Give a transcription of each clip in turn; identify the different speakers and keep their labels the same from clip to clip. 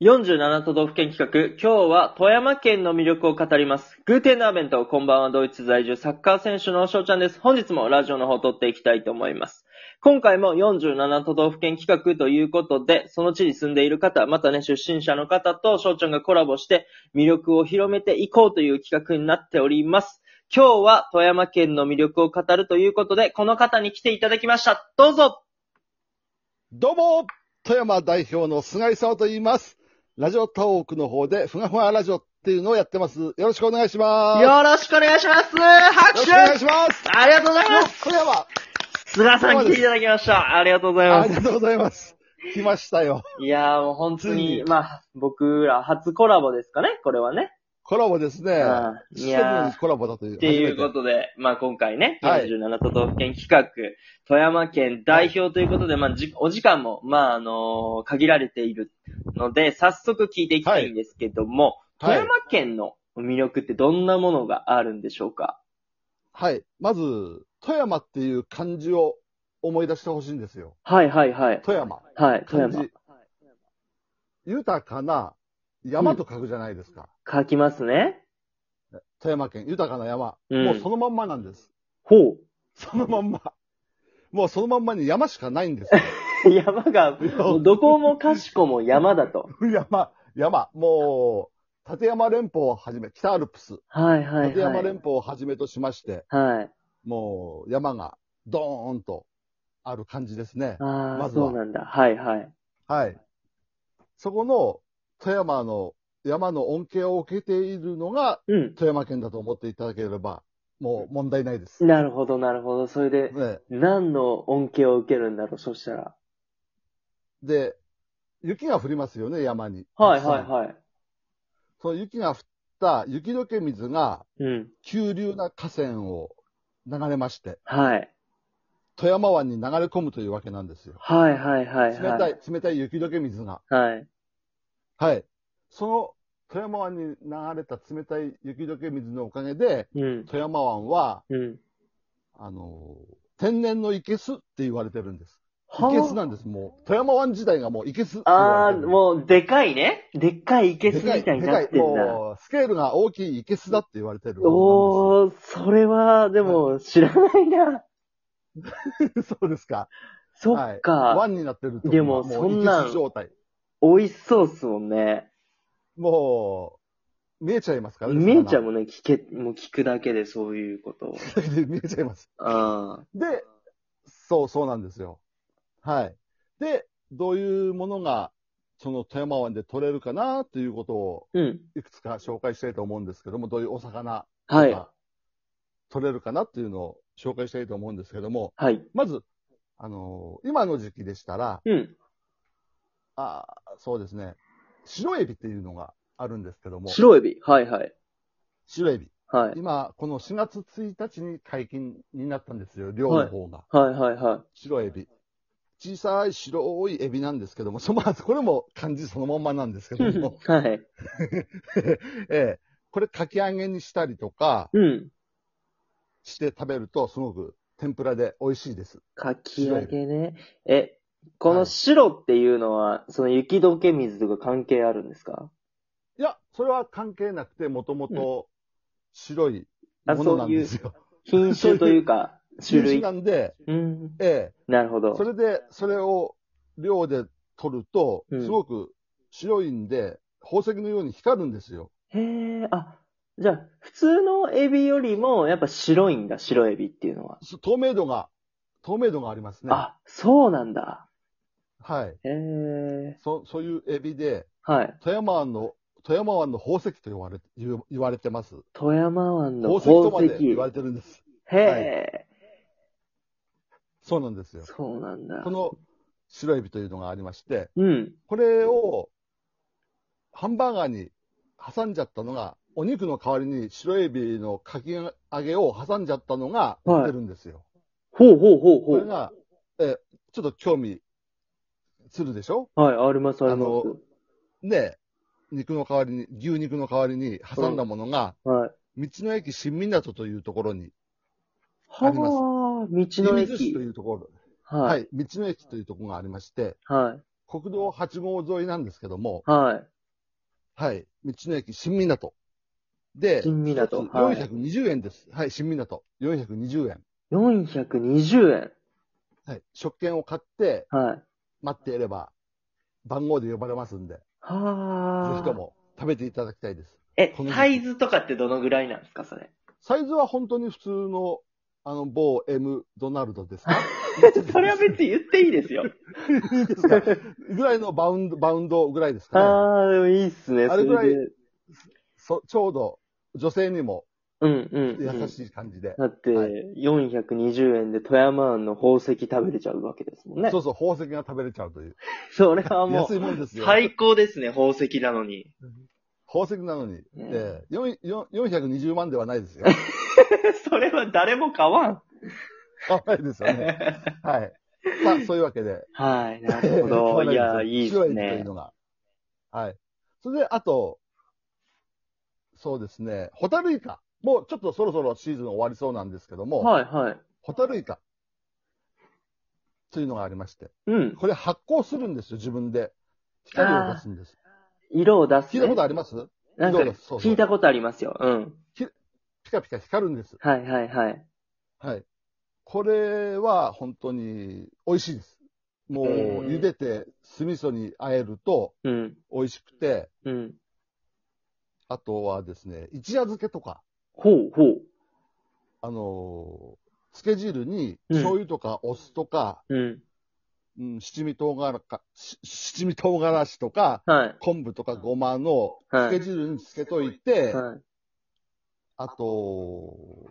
Speaker 1: 47都道府県企画、今日は富山県の魅力を語ります。グーテンダーベント、こんばんはドイツ在住サッカー選手の翔ちゃんです。本日もラジオの方を撮っていきたいと思います。今回も47都道府県企画ということで、その地に住んでいる方、またね、出身者の方と翔ちゃんがコラボして魅力を広めていこうという企画になっております。今日は富山県の魅力を語るということで、この方に来ていただきました。どうぞ
Speaker 2: どうも富山代表の菅井沢と言います。ラジオトークの方で、ふがふがラジオっていうのをやってます。よろしくお願いします。よ
Speaker 1: よろしくお願いします
Speaker 2: ろ
Speaker 1: 拍
Speaker 2: し
Speaker 1: 手
Speaker 2: くお願いします。
Speaker 1: ありがとうございます
Speaker 2: 富山、
Speaker 1: 菅さん来ていただきました。ありがとうござい
Speaker 2: あ
Speaker 1: ま
Speaker 2: り
Speaker 1: す。
Speaker 2: がとうございます。来ましたよ。
Speaker 1: いやーもう本当
Speaker 2: つい
Speaker 1: に、
Speaker 2: に
Speaker 1: まあ、僕ら初コラボですかねこれはね。
Speaker 2: コラボですね。
Speaker 1: うんい
Speaker 2: シ
Speaker 1: や
Speaker 2: テ
Speaker 1: ー
Speaker 2: ムコラボだとい
Speaker 1: っ
Speaker 2: う。
Speaker 1: ていうこ
Speaker 2: 初
Speaker 1: とで、まあ今回ね、
Speaker 2: はい
Speaker 1: 47都道府県企画、富山県代表ということで、まあじお時間も、まああのー限られているので、早速聞いていきたいんですけども、
Speaker 2: めてはい
Speaker 1: 富。山県の魅力ってどんなものがあるんでしょうか
Speaker 2: はい。まず、富山っていう漢字を思い出してほしいんですよ。
Speaker 1: はいはいはい。
Speaker 2: 富山。
Speaker 1: はい、富
Speaker 2: 漢
Speaker 1: 山
Speaker 2: 字。。豊かな山と書くじゃないですか。
Speaker 1: 書きますね。
Speaker 2: 富山県、豊かな山。
Speaker 1: うん
Speaker 2: もうそのまんまなんです。
Speaker 1: ほ
Speaker 2: そのまんま。もうそのまんまに山しかないんです
Speaker 1: う。山が、もう
Speaker 2: よ。
Speaker 1: どこもかしこも山だと。
Speaker 2: 山、山。もう、立山連峰をはじめ、北アルプス、
Speaker 1: はいはいはい。
Speaker 2: 立山連峰をはじめとしまして、
Speaker 1: はい。
Speaker 2: もう山がドーンとある感じですね。
Speaker 1: ああ、
Speaker 2: まずは
Speaker 1: そうなんだ。はいはい。
Speaker 2: はい。そこの富山の山の恩恵を受けているのが
Speaker 1: うん。
Speaker 2: 富山県だと思っていただければ、もう問題ないです。
Speaker 1: なるほど、なるほど。それで、
Speaker 2: ね、
Speaker 1: 何の恩恵を受けるんだろう、そしたら。
Speaker 2: で、雪が降りますよね、山に。
Speaker 1: はいはい
Speaker 2: い。
Speaker 1: はい。
Speaker 2: その雪が降った雪解け水が、
Speaker 1: うん。
Speaker 2: 急流な河川を流れまして、
Speaker 1: はい。
Speaker 2: 富山湾に流れ込むというわけなんですよ。
Speaker 1: はいはいはい
Speaker 2: 冷
Speaker 1: はい。
Speaker 2: たい、冷たい雪解け水が。
Speaker 1: はい。
Speaker 2: はい。その富山湾に流れた冷たい雪解け水のおかげで、
Speaker 1: うん。
Speaker 2: 富山湾は、
Speaker 1: うん。
Speaker 2: あのー天然のイケスって言われてるんです。
Speaker 1: はあ
Speaker 2: イケスなんです、もう。富山湾自体がもうイケスって言
Speaker 1: あ
Speaker 2: わ
Speaker 1: あ、
Speaker 2: れてる。
Speaker 1: もう、でかいね。でっかいイケス
Speaker 2: で
Speaker 1: み
Speaker 2: かい、
Speaker 1: たいに
Speaker 2: で
Speaker 1: な
Speaker 2: か
Speaker 1: っ
Speaker 2: い。
Speaker 1: てんだ。
Speaker 2: もう、スケールが大きいイケスだって言われてる。お
Speaker 1: おー、それは、でも、知らないな。
Speaker 2: そうですか。
Speaker 1: そっか。
Speaker 2: 湾になってると。
Speaker 1: でも
Speaker 2: う
Speaker 1: そんなん
Speaker 2: イケス状態。
Speaker 1: 美味しそうっすもんね。
Speaker 2: もう、見えちゃいますから
Speaker 1: めいちゃん
Speaker 2: ま
Speaker 1: もね、聞け、もう聞くだけでそういうことを。
Speaker 2: 見えちゃいます。
Speaker 1: あ
Speaker 2: で、そう、そうなんですよ。はい。で、どういうものが、その富山湾で取れるかなということを、
Speaker 1: ーうん。
Speaker 2: いくつか紹介したいと思うんですけども、どういうお魚
Speaker 1: はい。
Speaker 2: が取れるかなっていうのを紹介したいと思うんですけども、
Speaker 1: はい。
Speaker 2: まず、あのー今の時期でしたら、
Speaker 1: うん。
Speaker 2: あーそうですね、白エビっていうのがあるんですけども、
Speaker 1: 白エビ。はいはい。
Speaker 2: 白エビ。
Speaker 1: はい。
Speaker 2: 今、この4月1日に解禁になったんですよ、漁の方が。
Speaker 1: はいはいは
Speaker 2: 白エビ。小さい白いエビなんですけども、その まあこれも漢字そのまんまなんですけ
Speaker 1: い。
Speaker 2: ども、
Speaker 1: はい。
Speaker 2: ええ、これかき揚げにしたりとか
Speaker 1: うん。
Speaker 2: して食べるとすごく天ぷらで美味しいです。
Speaker 1: かき揚げね。え、この白っていうのは、その雪解け水とか関係あるんですか
Speaker 2: いや、それは関係なくて、もともと白い
Speaker 1: あ
Speaker 2: ものなんですよ。
Speaker 1: 品種という か、種
Speaker 2: 品種
Speaker 1: 類
Speaker 2: な。んで、
Speaker 1: うん。
Speaker 2: え
Speaker 1: なるほ
Speaker 2: え、
Speaker 1: ど。
Speaker 2: それで、それを量で取ると、
Speaker 1: うん
Speaker 2: すごく白いんで、宝石のように光るんですよ。
Speaker 1: へえ、あ、じゃあ、普通のエビよりも、やっぱ白いんだ、白エビっていうのは。
Speaker 2: そ透明度が、透明度がありますね。
Speaker 1: あ、そうなんだ。
Speaker 2: はい。
Speaker 1: へえ。
Speaker 2: そそういうエビで、
Speaker 1: はい。
Speaker 2: 富山湾の、富山湾の宝石と言われて、言う言われてます。
Speaker 1: 富山湾
Speaker 2: 宝
Speaker 1: の
Speaker 2: 石とま
Speaker 1: 宝
Speaker 2: で
Speaker 1: 石
Speaker 2: 言。われてるんです。
Speaker 1: へえ、
Speaker 2: そうなんですよ。
Speaker 1: そうなんだ
Speaker 2: こ。の白エビというのがありまして、
Speaker 1: うん。
Speaker 2: これをハンバーガーに挟んじゃったのが、お肉の代わりに白エビのかき揚げを挟んじゃったのが
Speaker 1: はい
Speaker 2: 売ってるんですよ。
Speaker 1: ほうほうほうほ
Speaker 2: これ
Speaker 1: う。
Speaker 2: が、え、ちょっと興味するでしょ
Speaker 1: はい、あります、ありま
Speaker 2: あねえ肉の代わりに、牛肉の代わりに挟んだものが、
Speaker 1: す。はい。
Speaker 2: 道の駅新港というところに、
Speaker 1: はあ、
Speaker 2: ります
Speaker 1: 道
Speaker 2: 清
Speaker 1: の
Speaker 2: 水市
Speaker 1: 駅
Speaker 2: と。いうところ、
Speaker 1: は。
Speaker 2: はいい、道の駅というところがありまして、
Speaker 1: はい。
Speaker 2: 国道8号沿いなんですけども、
Speaker 1: は
Speaker 2: はい。道の駅新港。で、
Speaker 1: い。新港。はい。
Speaker 2: 420円です。はい、新港。420円。
Speaker 1: 420円。
Speaker 2: はい。食券を買って、
Speaker 1: はい。
Speaker 2: 待っていれば、番号で呼ばれますんで、ぜ
Speaker 1: はあ。
Speaker 2: ひとも食べていただきたいです。
Speaker 1: え
Speaker 2: この、時期
Speaker 1: サイズとかってどのぐらいなんですか、それ。
Speaker 2: サイズは本当に普通の、あの、某 M ドナルドですか
Speaker 1: それは別に言っていい ですよ。
Speaker 2: いいですかぐらいのバウンド、バウンドぐらいですかね。
Speaker 1: あー、でもいいっすね、
Speaker 2: あ
Speaker 1: それ
Speaker 2: れぐらい
Speaker 1: で。
Speaker 2: そちょうど、女性にも
Speaker 1: うんうん、うん。
Speaker 2: 優しい感じで。
Speaker 1: だって、
Speaker 2: はい
Speaker 1: 420円で富山湾の宝石食べれちゃうわけですもんね。
Speaker 2: そ
Speaker 1: そう
Speaker 2: そう、宝石が食べれちゃうという。
Speaker 1: れはも、
Speaker 2: 安いうもんですよ。
Speaker 1: 最高ですね、宝石なの に。
Speaker 2: 宝石なのに。
Speaker 1: うん
Speaker 2: ええよんよん420万ではないです よ。
Speaker 1: それは誰も買わん。
Speaker 2: あないですよね。はい。まあ、そういうわけで。
Speaker 1: はい、なるほ ど。いや、いいで
Speaker 2: 白
Speaker 1: す
Speaker 2: エビという
Speaker 1: ね。
Speaker 2: のが。はい。それで、あと、そうですね、ホタルイカ。もうちょっとそろそろシーズン終わりそうなんですけども、
Speaker 1: はい、はい。
Speaker 2: ホタルイカ。というのがありまして。
Speaker 1: うん。
Speaker 2: これ発光するんですよ、自分で。光を出すんです。
Speaker 1: 色を出す、
Speaker 2: 聞い
Speaker 1: ね。
Speaker 2: たことあります
Speaker 1: なんか
Speaker 2: 色を出すそうそう
Speaker 1: 聞いたことありますよ。うん。
Speaker 2: ピカピカ光るんです。
Speaker 1: はい、はい、はい。
Speaker 2: はい。これは本当に美味しいです。もう
Speaker 1: うん
Speaker 2: 茹でて酢味噌に和えると
Speaker 1: うん。
Speaker 2: 美味しくて、
Speaker 1: うん。
Speaker 2: あとはですね、一夜漬けとか、
Speaker 1: ほう、ほう。
Speaker 2: あのー漬け汁に
Speaker 1: うん
Speaker 2: 醤油とかお酢とか、
Speaker 1: うん。
Speaker 2: うん、七味唐辛子、し七味唐辛子とか、
Speaker 1: はい。
Speaker 2: 昆布とかごまの
Speaker 1: はい
Speaker 2: 漬け汁に漬けといて、
Speaker 1: はい。
Speaker 2: あと、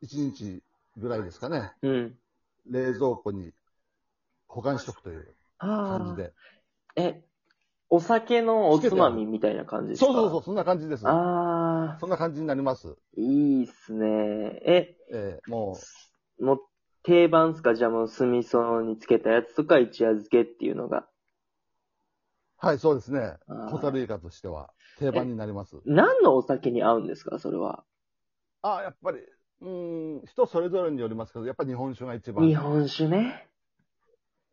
Speaker 2: 一日ぐらいですかね、
Speaker 1: うん。
Speaker 2: 冷蔵庫に保管しとくという感じで。
Speaker 1: あーえ、お酒のおつまみみたいな感じですか
Speaker 2: そうそうそう、そんな感じです。
Speaker 1: ああ、
Speaker 2: そんな感じになります。
Speaker 1: いいっすね。え、
Speaker 2: えーも
Speaker 1: もう、定番っすかじゃあもう、酢味噌につけたやつとか、一夜漬けっていうのが。
Speaker 2: う、はい、そうですね
Speaker 1: あー。
Speaker 2: ホタルイカとしては定番になります。
Speaker 1: 何のお酒に合うんですかそれは。
Speaker 2: あ、やっぱり、うーん、人それぞれによりますけど、やっぱ日本酒が一
Speaker 1: 日
Speaker 2: 番
Speaker 1: 本酒ね。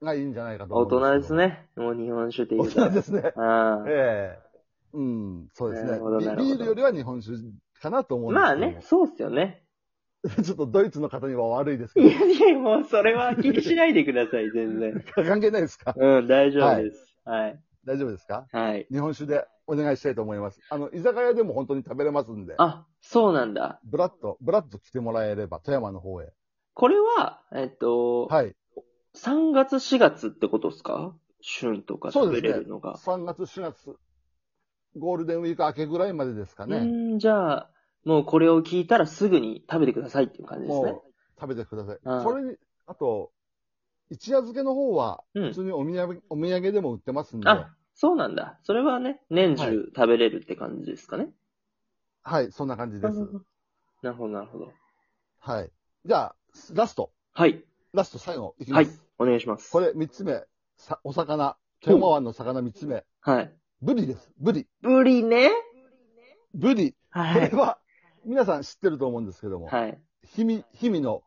Speaker 2: がいいんじゃないかと
Speaker 1: 大
Speaker 2: 思い
Speaker 1: 人
Speaker 2: ま
Speaker 1: です
Speaker 2: すけど。
Speaker 1: ね。もう日本酒って言
Speaker 2: 大
Speaker 1: うと
Speaker 2: 人。です ね。
Speaker 1: あー
Speaker 2: ええうん、そうです
Speaker 1: な
Speaker 2: ね
Speaker 1: るほど
Speaker 2: ビ
Speaker 1: なるほど
Speaker 2: ビールよりは日本酒かなと思うんです
Speaker 1: まあ
Speaker 2: けど。
Speaker 1: ね、そうっすよね。
Speaker 2: ね。ちょっとドイツの方には悪いですけ
Speaker 1: い
Speaker 2: ど、
Speaker 1: やいや、もうそれは気にしないでください、全 然。
Speaker 2: 関係ないですか
Speaker 1: うん、大丈夫です。はい。
Speaker 2: 大丈夫ですか
Speaker 1: はい。
Speaker 2: 日本酒でお願いしたいと思います。あの、居酒屋でも本当に食べれますんで、
Speaker 1: あ、そうなんだ。
Speaker 2: ブラッと、ブラッと来てもらえれば、富山の方へ。
Speaker 1: これは、えっと、
Speaker 2: はい。
Speaker 1: 3月、4月ってことですか旬とか
Speaker 2: そう
Speaker 1: 食
Speaker 2: で
Speaker 1: べ
Speaker 2: すね
Speaker 1: れるのが。
Speaker 2: 3月、4月、ゴールデンウィーク明けぐらいまでですか
Speaker 1: う
Speaker 2: ね。
Speaker 1: ん、じゃあ、もうこれを聞いたらすぐに食べてくださいっていう感じですね
Speaker 2: も。う食べてください。
Speaker 1: うん
Speaker 2: それに、あと、一夜漬けの方は、
Speaker 1: う
Speaker 2: 普
Speaker 1: ん
Speaker 2: 通。にお土産、お土産でも売ってますんで、
Speaker 1: あ、そうなんだ。それはね、年
Speaker 2: は
Speaker 1: 中
Speaker 2: い
Speaker 1: 食べれるって感じですかね。
Speaker 2: はい、そんな感じです。
Speaker 1: なるほど、なるほど。
Speaker 2: はい。じゃあ、ラスト、
Speaker 1: はい。
Speaker 2: ラスト最後いきます。
Speaker 1: はい。お願いします。
Speaker 2: これ3つ目、さお魚、富山湾の魚3つ目、
Speaker 1: はい。
Speaker 2: ブリです。ブリ。
Speaker 1: ブリね。
Speaker 2: ブリ。こ
Speaker 1: は
Speaker 2: れ
Speaker 1: い。
Speaker 2: は、皆さん知ってると思うんですけども、
Speaker 1: はい。
Speaker 2: 氷見、氷見の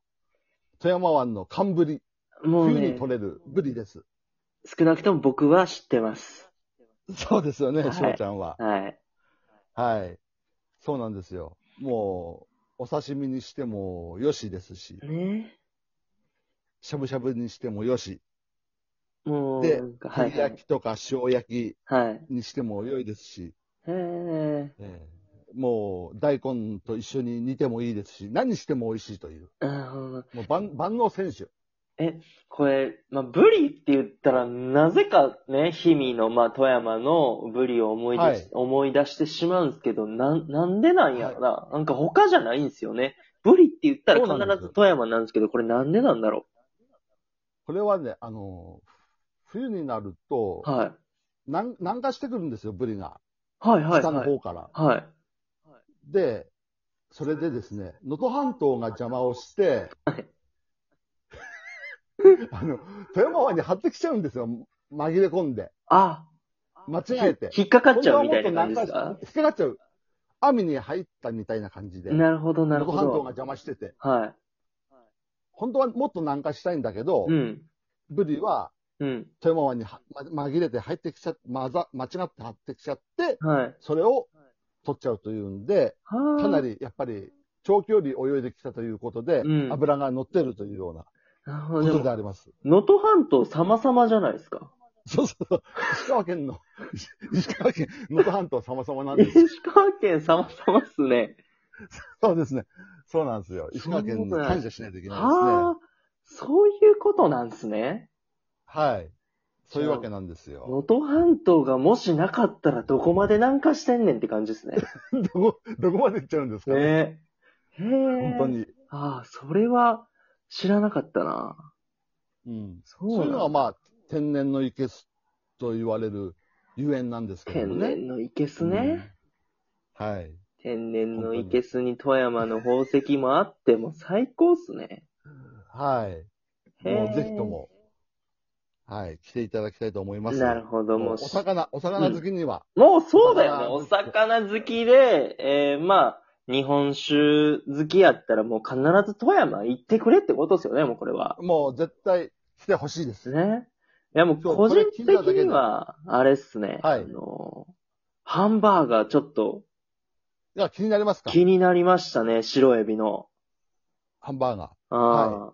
Speaker 2: 富山湾の寒ブリ、
Speaker 1: もう
Speaker 2: 冬に
Speaker 1: ね、
Speaker 2: 取れるブリです。
Speaker 1: 少なくとも僕は知ってます。
Speaker 2: そうですよね、
Speaker 1: はい
Speaker 2: しょうちゃんは。
Speaker 1: はい。
Speaker 2: はい。そうなんですよ。もう、お刺身にしてもよしですし、
Speaker 1: ね。
Speaker 2: しゃぶしゃぶにしてもよし、
Speaker 1: もう、
Speaker 2: で
Speaker 1: なんか、はい、
Speaker 2: 照り
Speaker 1: はい
Speaker 2: 焼。きとか塩焼
Speaker 1: はい。
Speaker 2: きにしても良いですし、
Speaker 1: へえ。
Speaker 2: ええもう大根と一緒に煮てもいいですし、何しても美味しいという、
Speaker 1: なるほど。
Speaker 2: もう万万能選手。
Speaker 1: これ、まあ、ブリって言ったら、なぜかね、氷見の、まあ、富山のブリを思い出し、
Speaker 2: はい
Speaker 1: 思い出してしまうんですけど、なん、なんでなんやろな、なんか他じゃないんですよね。ブリって言ったら
Speaker 2: そうなんですよ
Speaker 1: 必ず富山なんですけど、これなんでなんだろ
Speaker 2: これはね、あの、冬になると
Speaker 1: う。、はい。
Speaker 2: 南南下してくるんですよ、ブリが。
Speaker 1: はいはい
Speaker 2: 北の
Speaker 1: はい。
Speaker 2: 方から。
Speaker 1: はい。
Speaker 2: で、それでですね、能登半島が邪魔をして
Speaker 1: はい、
Speaker 2: あの、富山湾に張ってきちゃうんですよ。紛れ込んで。
Speaker 1: あ、
Speaker 2: 間違えて。
Speaker 1: 引っかかっちゃうみたいな感じで
Speaker 2: 本
Speaker 1: す
Speaker 2: 当はもっ
Speaker 1: か
Speaker 2: と南下し引っかかっちゃう。網に入ったみたいな感じで。
Speaker 1: なるほどな
Speaker 2: 能
Speaker 1: る
Speaker 2: 登
Speaker 1: ほ
Speaker 2: 半島が
Speaker 1: ど。
Speaker 2: 邪魔してて。
Speaker 1: はい。
Speaker 2: 本当はもっと南下したいんだけど、
Speaker 1: うん。
Speaker 2: ブリは
Speaker 1: うん。
Speaker 2: 富山湾には、ま、紛れて入ってきちゃ、まざ、間違って入ってきちゃって、
Speaker 1: はい。
Speaker 2: それを取っちゃうというんで、
Speaker 1: はあ
Speaker 2: かな。りやっぱり長距離泳いできたということで、
Speaker 1: うん
Speaker 2: 油が乗ってるというような
Speaker 1: なるほ
Speaker 2: こ
Speaker 1: ど。で
Speaker 2: とで
Speaker 1: も
Speaker 2: あります。
Speaker 1: 能登半島様々じゃないですか。
Speaker 2: そうそうそう。石川県の、 石川県、能登半島様々なんです。
Speaker 1: 石川県様々っすね。
Speaker 2: そうですね。そうなんですよ。石川県に感謝しないといけないですね。
Speaker 1: はあ。そういうことなんですね。
Speaker 2: はい。そういうわけなんですよ。
Speaker 1: 能登半島がもしなかったらどこまで南下してんねんって感じですね。
Speaker 2: どこ、どこまで行っちゃうんですかね。
Speaker 1: ねえ。へえ。
Speaker 2: 本当。に。
Speaker 1: ああ、それは知らなかったな。
Speaker 2: うん。
Speaker 1: そう
Speaker 2: そういうのは
Speaker 1: あ、
Speaker 2: まあ、天然のいけすと言われるゆえんなんですけども
Speaker 1: 天
Speaker 2: ね。
Speaker 1: 然のいけすね。
Speaker 2: うん。はい。
Speaker 1: 天然のいけすに富山の宝石もあってもう最高っすね。
Speaker 2: はい。
Speaker 1: へえ
Speaker 2: もうぜひとも、はい、来ていただきたいと思います。
Speaker 1: なるほど、も
Speaker 2: も
Speaker 1: う
Speaker 2: うお魚、お魚好きには、
Speaker 1: もうそうだよね。お
Speaker 2: お
Speaker 1: 魚好きで、えー、まあ、日本酒好きやったらもう必ず富山行ってくれってことですよね、もうこれは。
Speaker 2: もう絶対来てほしいです。
Speaker 1: ね。いやもう
Speaker 2: そう
Speaker 1: 個人
Speaker 2: これ聞
Speaker 1: 的
Speaker 2: いただけで
Speaker 1: には、あれっすね。
Speaker 2: はい
Speaker 1: あの、ハンバーガーちょっと
Speaker 2: いや、気になりますか
Speaker 1: 気になりましたね、白エビの。
Speaker 2: ハンバーガー。ち
Speaker 1: ああ。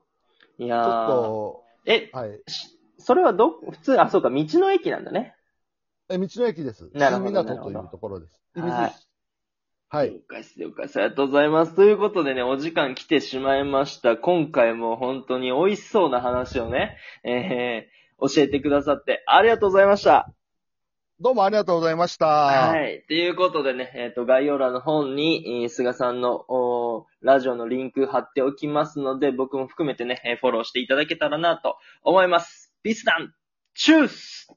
Speaker 1: い、やー
Speaker 2: ょ
Speaker 1: え
Speaker 2: っと、はい。
Speaker 1: しそれはど、普通、あ、そうか、道の駅なんだね。
Speaker 2: え、道の駅です。
Speaker 1: なるほど
Speaker 2: 新
Speaker 1: なる
Speaker 2: 港
Speaker 1: ほ
Speaker 2: とい
Speaker 1: ど
Speaker 2: うところです。
Speaker 1: はい
Speaker 2: い。はい。
Speaker 1: 了解です、了解です。ありがとうございます。ということでね、お時間来てしまいました。今回も本当に美味しそうな話をね、えー、教えてくださってありがとうございました。
Speaker 2: どうもありがとうございました。は。
Speaker 1: はいい。ということでね、えっ、と、概要欄の本に、えー菅さんの、おーラジオのリンク貼っておきますので、僕も含めてね、えーフォローしていただけたらなと思います。ビスダンチュース